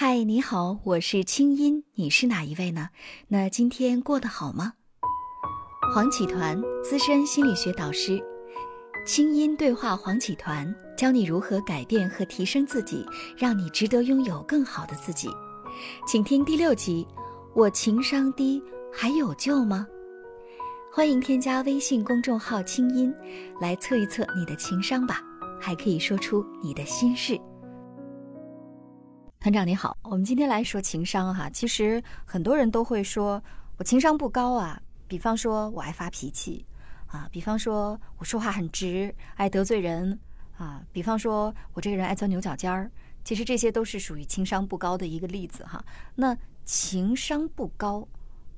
嗨，你好，我是清音，你是哪一位呢？那今天过得好吗？黄启团，资深心理学导师，清音对话黄启团，教你如何改变和提升自己，让你值得拥有更好的自己。请听第六集：我情商低，还有救吗？欢迎添加微信公众号“清音”，来测一测你的情商吧，还可以说出你的心事。团长你好，我们今天来说情商哈、其实很多人都会说我情商不高啊，比方说我爱发脾气啊，比方说我说话很直，爱得罪人啊，比方说我这个人爱钻牛角尖儿。其实这些都是属于情商不高的一个例子哈。那情商不高，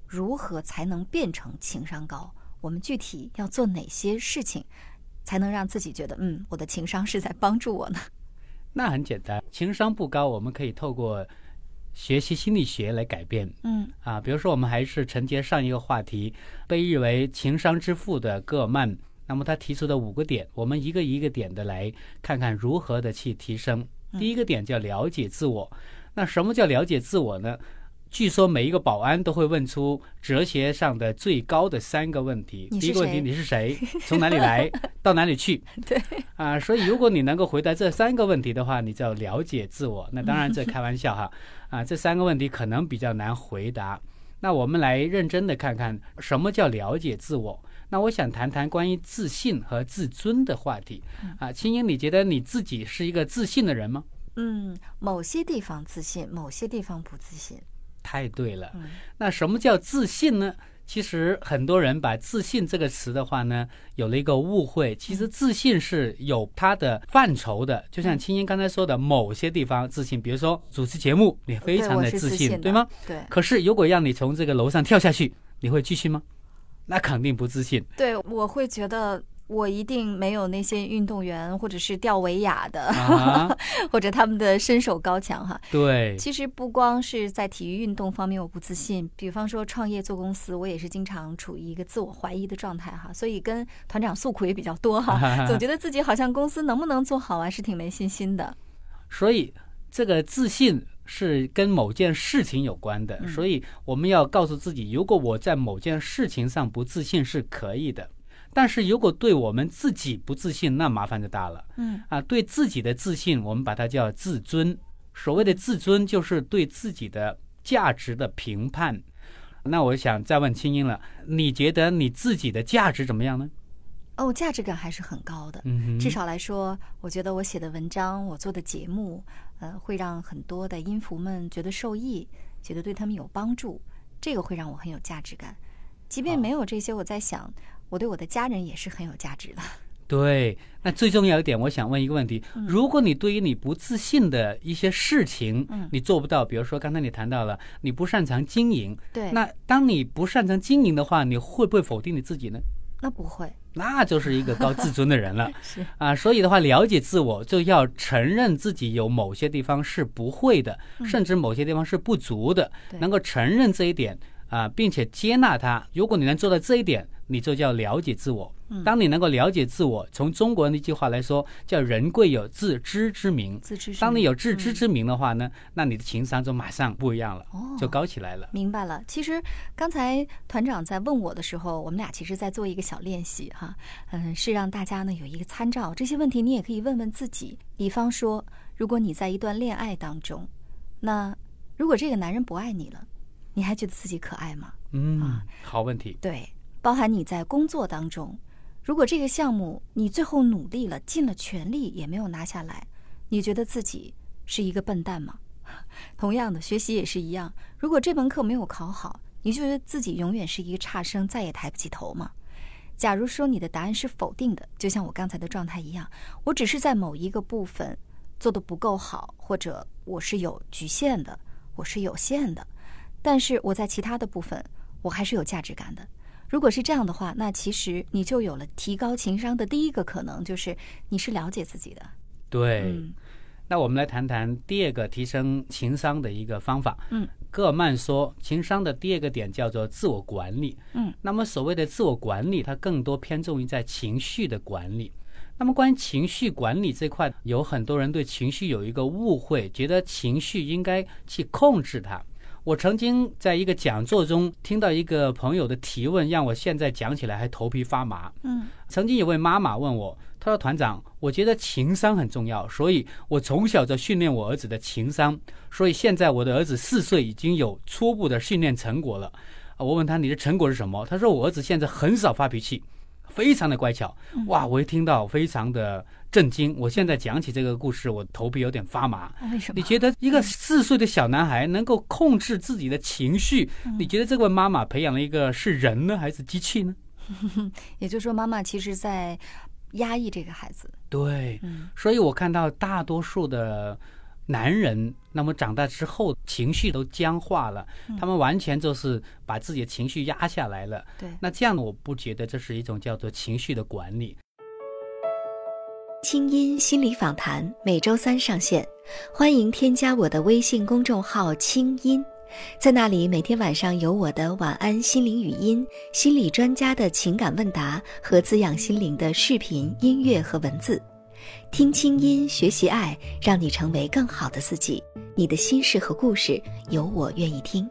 如何才能变成情商高？我们具体要做哪些事情，才能让自己觉得嗯，我的情商是在帮助我呢？那很简单，情商不高，我们可以透过学习心理学来改变嗯啊。比如说，我们还是承接上一个话题，被誉为情商之父的戈尔曼，那么他提出的五个点，我们一个一个点的来看看如何的去提升。第一个点叫了解自我，那什么叫了解自我呢？据说每一个保安都会问出哲学上的最高的三个问题。你是第一个问题，谁你是谁？从哪里来？到哪 里去？啊，所以如果你能够回答这三个问题的话，你叫了解自我。那当然这开玩笑哈，啊，这三个问题可能比较难回答。那我们来认真的看看什么叫了解自我。那我想谈谈关于自信和自尊的话题。啊，青英，你觉得你自己是一个自信的人吗？嗯，某些地方自信，某些地方不自信。太对了。嗯那什么叫自信呢？其实很多人把“自信”这个词的话呢，有了一个误会。其嗯实自信是有它的范畴的，就像青音刚才说的，某些地方自信，比如说主持节目，你非常对我的是自自信信，的对吗？对，可是如果让你从这个楼上跳下去，你会继续吗？那肯定不自信。对我会觉得我一定没有那些运动员或者是吊威亚的，啊， 或者他们的身手高强哈。对，其实不光是在体育运动方面我不自信，比方说创业做公司，我也是经常处于一个自我怀疑的状态哈，所以跟团长诉苦也比较多哈，总觉得自己好像公司能不能做好啊，是挺没信心的。所以这个自信是跟某件事情有关的，所以我们要告诉自己，如果我在某件事情上不自信是可以的，但是如果对我们自己不自信，那麻烦就大了。嗯啊，对自己的自信，我们把它叫自尊。所谓的自尊，就是对自己的价值的评判。那我想再问青音了，你觉得你自己的价值怎么样呢？哦，价值感还是很高的。嗯哼，至少来说，我觉得我写的文章，我做的节目，呃，会让很多的音符们觉得受益，觉得对他们有帮助，这个会让我很有价值感。即便好没有这些，我在想，我对我的家人也是很有价值的。对，那最重要一点，我想问一个问题：嗯如果你对于你不自信的一些事情，嗯你做不到，比如说刚才你谈到了你不擅长经营，对，那当你不擅长经营的话，你会不会否定你自己呢？那不会那就是一个高自尊的人了是啊！所以的话，了解自我就要承认自己有某些地方是不会的，甚至某些地方是不足的，嗯对能够承认这一点啊，并且接纳它。如果你能做到这一点，你就叫了解自我。嗯当你能够了解自我，从中国人的一句话来说，叫“人贵有自知之明自知”。之当你明嗯有自知之明的话呢，那你的情商就马上不一样了，哦就高起来了。明白了。其实刚才团长在问我的时候，我们俩其实在做一个小练习哈，嗯，是让大家呢有一个参照。这些问题你也可以问问自己，比方说，如果你在一段恋爱当中，那如果这个男人不爱你了，你还觉得自己可爱吗？啊嗯，好问题。对，包含你在工作当中，如果这个项目你最后努力了，尽了全力也没有拿下来，你觉得自己是一个笨蛋吗？ 同样的，学习也是一样，如果这门课没有考好，你就觉得自己永远是一个差生，再也抬不起头吗？假如说你的答案是否定的，就像我刚才的状态一样，我只是在某一个部分做的不够好，或者我是有局限的，我是有限的，但是我在其他的部分我还是有价值感的。如果是这样的话，那其实你就有了提高情商的第一个可能，就是你是了解自己的。对。嗯那我们来谈谈第二个提升情商的一个方法。嗯，戈尔曼说，情商的第二个点叫做自我管理。嗯，那么所谓的自我管理，它更多偏重于在情绪的管理。那么关于情绪管理这块，有很多人对情绪有一个误会，觉得情绪应该去控制它。我曾经在一个讲座中听到一个朋友的提问，让我现在讲起来还头皮发麻。嗯，曾经有位妈妈问我，她说：“团长，我觉得情商很重要，所以我从小在训练我儿子的情商，所以现在我的儿子四岁已经有初步的训练成果了。”啊，我问他你的成果是什么？他说我儿子现在很少发脾气，非常的乖巧。哇，我一听到非常的震惊。我现在讲起这个故事，我头皮有点发麻。为什么你？觉得一个四岁的小男孩能够控制自己的情绪？你觉得这位妈妈培养了一个是人呢，还是机器呢？嗯也就是说，妈妈其实在压抑这个孩子。对，嗯所以我看到大多数的男人，那么长大之后情绪都僵化了，他们完全就是把自己的情绪压下来了。嗯对那这样我不觉得这是一种叫做情绪的管理。清音心理访谈每周三上线，欢迎添加我的微信公众号“清音”，在那里每天晚上有我的晚安心灵语音、心理专家的情感问答和滋养心灵的视频、音乐和文字。听清音，学习爱，让你成为更好的自己。你的心事和故事，有我愿意听。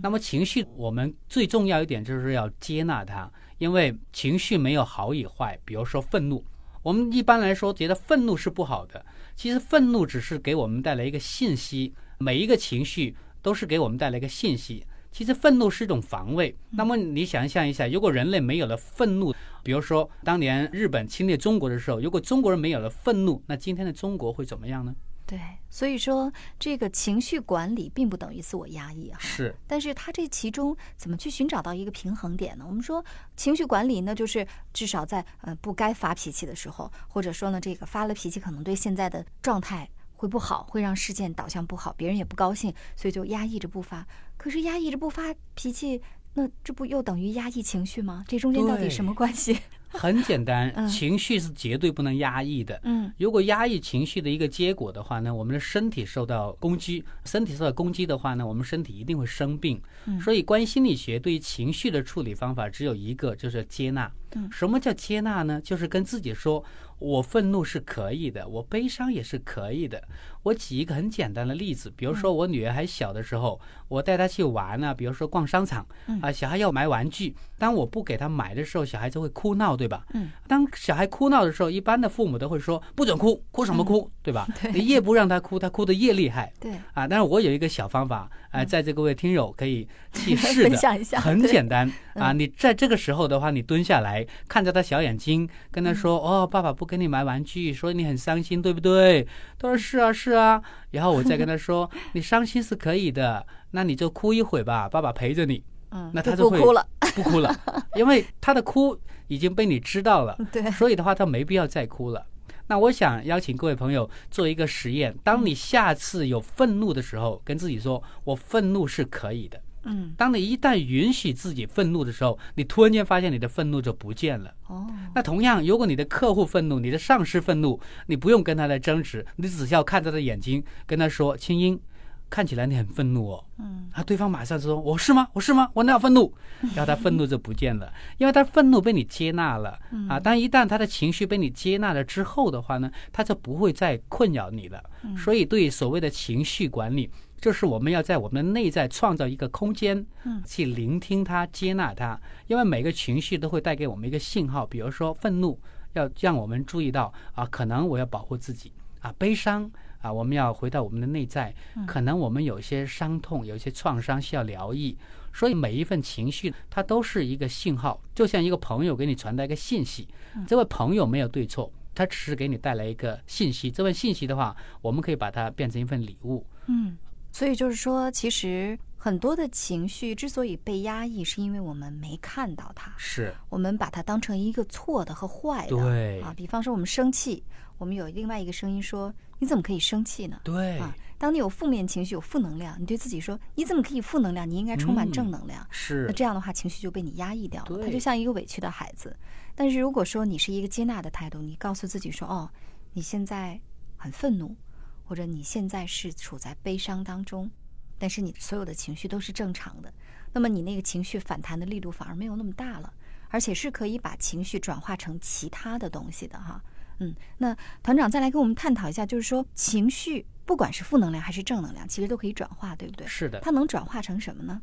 那么情绪，我们最重要一点就是要接纳它，因为情绪没有好与坏。比如说愤怒，我们一般来说觉得愤怒是不好的，其实愤怒只是给我们带来一个信息，每一个情绪都是给我们带来一个信息。其实愤怒是一种防卫。那么你想象一下，如果人类没有了愤怒，比如说当年日本侵略中国的时候，如果中国人没有了愤怒，那今天的中国会怎么样呢？对，所以说这个情绪管理并不等于自我压抑啊。是但是它这其中怎么去寻找到一个平衡点呢？我们说情绪管理呢，就是至少在呃不该发脾气的时候，或者说呢这个发了脾气可能对现在的状态会不好，会让事件导向不好，别人也不高兴，所以就压抑着不发。可是压抑着不发脾气，那这不又等于压抑情绪吗？这中间到底对什么关系？很简嗯单，情绪是绝对不能压抑的。嗯如果压抑情绪的一个结果的话呢，我们的身体受到攻击，身体受到攻击的话呢，我们身体一定会生病。嗯所以，关于心理学对于情绪的处理方法只有一个，就是接纳。嗯什么叫接纳呢？就是跟自己说，我愤怒是可以的，我悲伤也是可以的。我举一个很简单的例子，比如嗯说我女儿还小的时候，我带她去玩啊，比如说逛商场嗯啊，小孩要买玩具，当我不给她买的时候，小孩就会哭闹，对吧？嗯，当小孩哭闹的时候，一般的父母都会说不准哭，哭什么哭，对吧？嗯 对你越不让他哭，他哭得越厉害对，啊。但是我有一个小方法，啊，在这各位听友可以 去嗯试分的。享一下，很对嗯简单啊！你在这个时候的话，你蹲下来看着他小眼睛，跟他说：“嗯哦，爸爸不给你买玩具，所以你很伤心，对不对？”他说：“是啊，是啊。”然后我再跟他说：“ 你伤心是可以的，那你就哭一会吧，爸爸陪着你，嗯，那他就不就会哭了，不哭了，因为他的哭已经被你知道了。”对，嗯所以的话，他没必要再哭了。那我想邀请各位朋友做一个实验：当你下次有愤怒的时候，跟自己说“我愤怒是可以的”。嗯，当你一旦允许自己愤怒的时候，你突然间发现你的愤怒就不见了。哦，那同样，如果你的客户愤怒，你的上司愤怒，你不用跟他来争执，你只需要看他的眼睛，跟他说：“青音，看起来你很愤怒哦。”嗯，啊，对方马上说：“我是吗？我是吗？我哪有愤 怒？”然后他愤怒就不见了，因为他愤怒被你接纳了嗯啊。但一旦他的情绪被你接纳了之后的话呢，他就不会再困扰你了。嗯所以，对所谓的情绪管理。就是我们要在我们的内在创造一个空间，嗯去聆听它、接纳它，因为每个情绪都会带给我们一个信号，比如说愤怒，要让我们注意到啊，可能我要保护自己啊；悲伤啊，我们要回到我们的内在，可能我们有一些伤痛、有一些创伤需要疗愈。所以每一份情绪，它都是一个信号，就像一个朋友给你传达一个信息，这位朋友没有对错。他只是给你带来一个信息，这份信息的话，我们可以把它变成一份礼物。嗯，所以就是说，其实很多的情绪之所以被压抑，是因为我们没看到它，是，我们把它当成一个错的和哎坏的。对啊，比方说我们生气，我们有另外一个声音说：“你怎么可以生气呢？”对，啊，当你有负面情绪、有负能量，你对自己说：“你怎么可以负能量？你应该充满正能量。那是，这样的话，情绪就被你压抑掉了，他对就像一个委屈的孩子。但是如果说你是一个接纳的态度，你告诉自己说：“哦，你现在很愤怒，或者你现在是处在悲伤当中，但是你所有的情绪都是正常的，那么你那个情绪反弹的力度反而没有那么大了。”而且是可以把情绪转化成其他的东西的哈。嗯，那团长再来跟我们探讨一下，就是说情绪不管是负能量还是正能量，其实都可以转化，对不对？是的，它能转化成什么呢？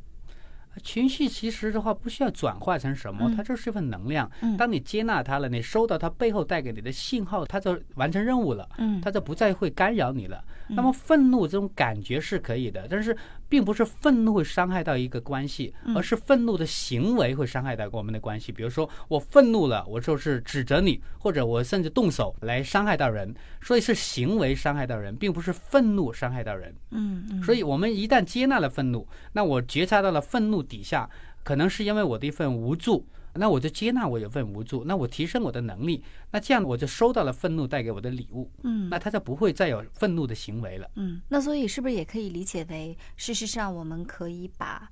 情绪其实的话不需要转化成什么，它就是一份能量。当你接纳它了，你收到它背后带给你的信号，它就完成任务了，嗯它就不再会干扰你了。那么愤怒这种感觉是可以的，但是并不是愤怒会伤害到一个关系，嗯而是愤怒的行为会伤害到我们的关系。比如说我愤怒了，我就是指责你，或者我甚至动手来伤害到人，所以是行为伤害到人，并不是愤怒伤害到人。嗯嗯所以，我们一旦接纳了愤怒，那我觉察到了愤怒底下，可能是因为我的一份无助，那我就接纳我有份无助，那我提升我的能力，那这样我就收到了愤怒带给我的礼物，嗯那他就不会再有愤怒的行为了。嗯，那所以是不是也可以理解为，事实上我们可以把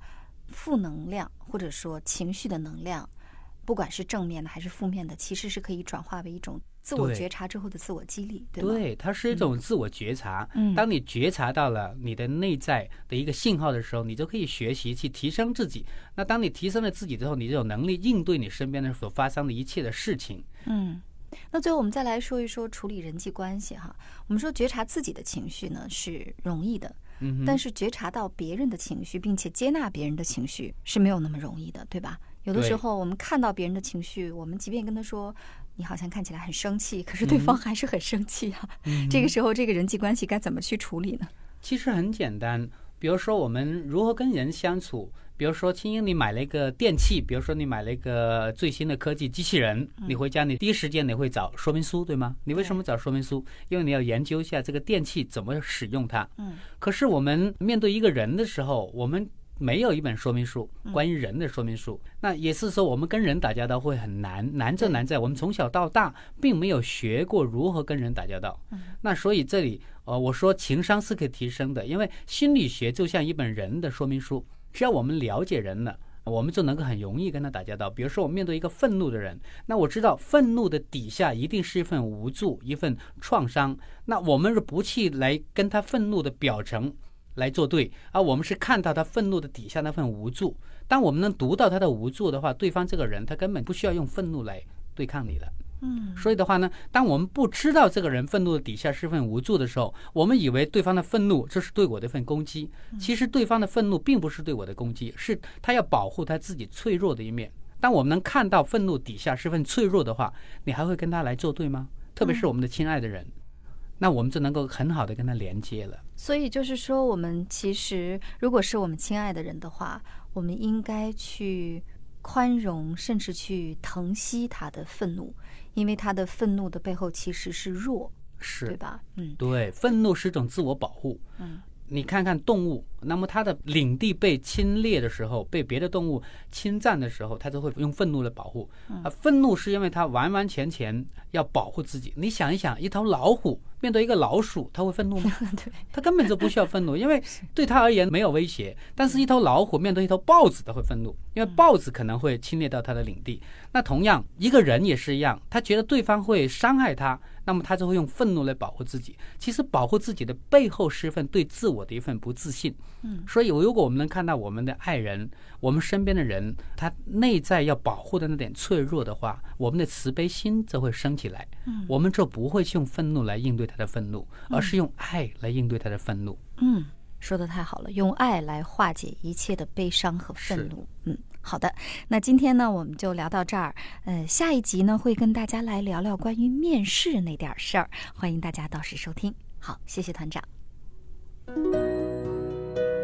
负能量或者说情绪的能量，不管是正面的还是负面的，其实是可以转化为一种自我对觉察之后的自我激励，对吗？对，它是一种自我觉察。嗯当你觉察到了你的内在的一个信号的时候，你就可以学习去提升自己。那当你提升了自己之后，你就有能力应对你身边的所发生的一切的事情。嗯，那最后我们再来说一说处理人际关系哈。我们说觉察自己的情绪呢是容易的，嗯哼，但是觉察到别人的情绪，并且接纳别人的情绪是没有那么容易的，对吧？有的对时候我们看到别人的情绪，我们即便跟他说。你好像看起来很生气，可是嗯对方还是很生气啊。这个时候，这个人际关系该怎么去处理呢？其实很简单，比如说我们如何跟人相处，比如说青英你买了一个电器，比如说你买了一个最新的科技机器人，你回家你第一时间你会找说明书，对吗？你为什么找说明书？因为你要研究一下这个电器怎么使用它。嗯。可是我们面对一个人的时候，我们。没有一本说明书，关于人的说明书，那也是说我们跟人打交道会很难，难就难在我们从小到大并没有学过如何跟人打交道。那所以这里，呃，我说情商是可以提升的，因为心理学就像一本人的说明书，只要我们了解人了。我们就能够很容易跟他打交道。比如说，我面对一个愤怒的人，那我知道愤怒的底下一定是一份无助、一份创伤。那我们是不去来跟他愤怒的表层来作对，而我们是看到他愤怒的底下那份无助。当我们能读到他的无助的话，对方这个人他根本不需要用愤怒来对抗你了。嗯，所以的话呢，当我们不知道这个人愤怒的底下是份无助的时候，我们以为对方的愤怒这是对我的一份攻击，其实对方的愤怒并不是对我的攻击，是他要保护他自己脆弱的一面。当我们能看到愤怒底下是份脆弱的话，你还会跟他来作对吗？特别是我们的亲爱的人，那我们就能够很好的跟他连接了。所以就是说，我们其实如果是我们亲爱的人的话，我们应该去宽容，甚至去疼惜他的愤怒，因为他的愤怒的背后其实是弱，是对吧？嗯对，愤怒是一种自我保护。嗯，你看看动物，那么它的领地被侵略的时候，被别的动物侵占的时候，它就会用愤怒来保护。嗯啊，愤怒是因为它完完全全要保护自己。你想一想，一头老虎面对一个老鼠，它会愤怒吗？对，它根本就不需要愤怒，因为对它而言没有威胁。但是，一头老虎面对一头豹子，它会愤怒，因为豹子可能会侵略到它的领地。那同样，一个人也是一样，他觉得对方会伤害他，那么他就会用愤怒来保护自己。其实，保护自己的背后是一份对自我的一份不自信。嗯，所以如果我们能看到我们的爱人、我们身边的人，他内在要保护的那点脆弱的话，我们的慈悲心就会升起来。嗯，我们就不会用愤怒来应对他的愤怒，而是用爱来应对他的愤怒。嗯，说的太好了，用爱来化解一切的悲伤和愤怒。嗯，好的，那今天呢，我们就聊到这儿。呃，下一集呢，会跟大家来聊聊关于面试那点儿事儿，欢迎大家到时收听。好，谢谢团长。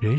人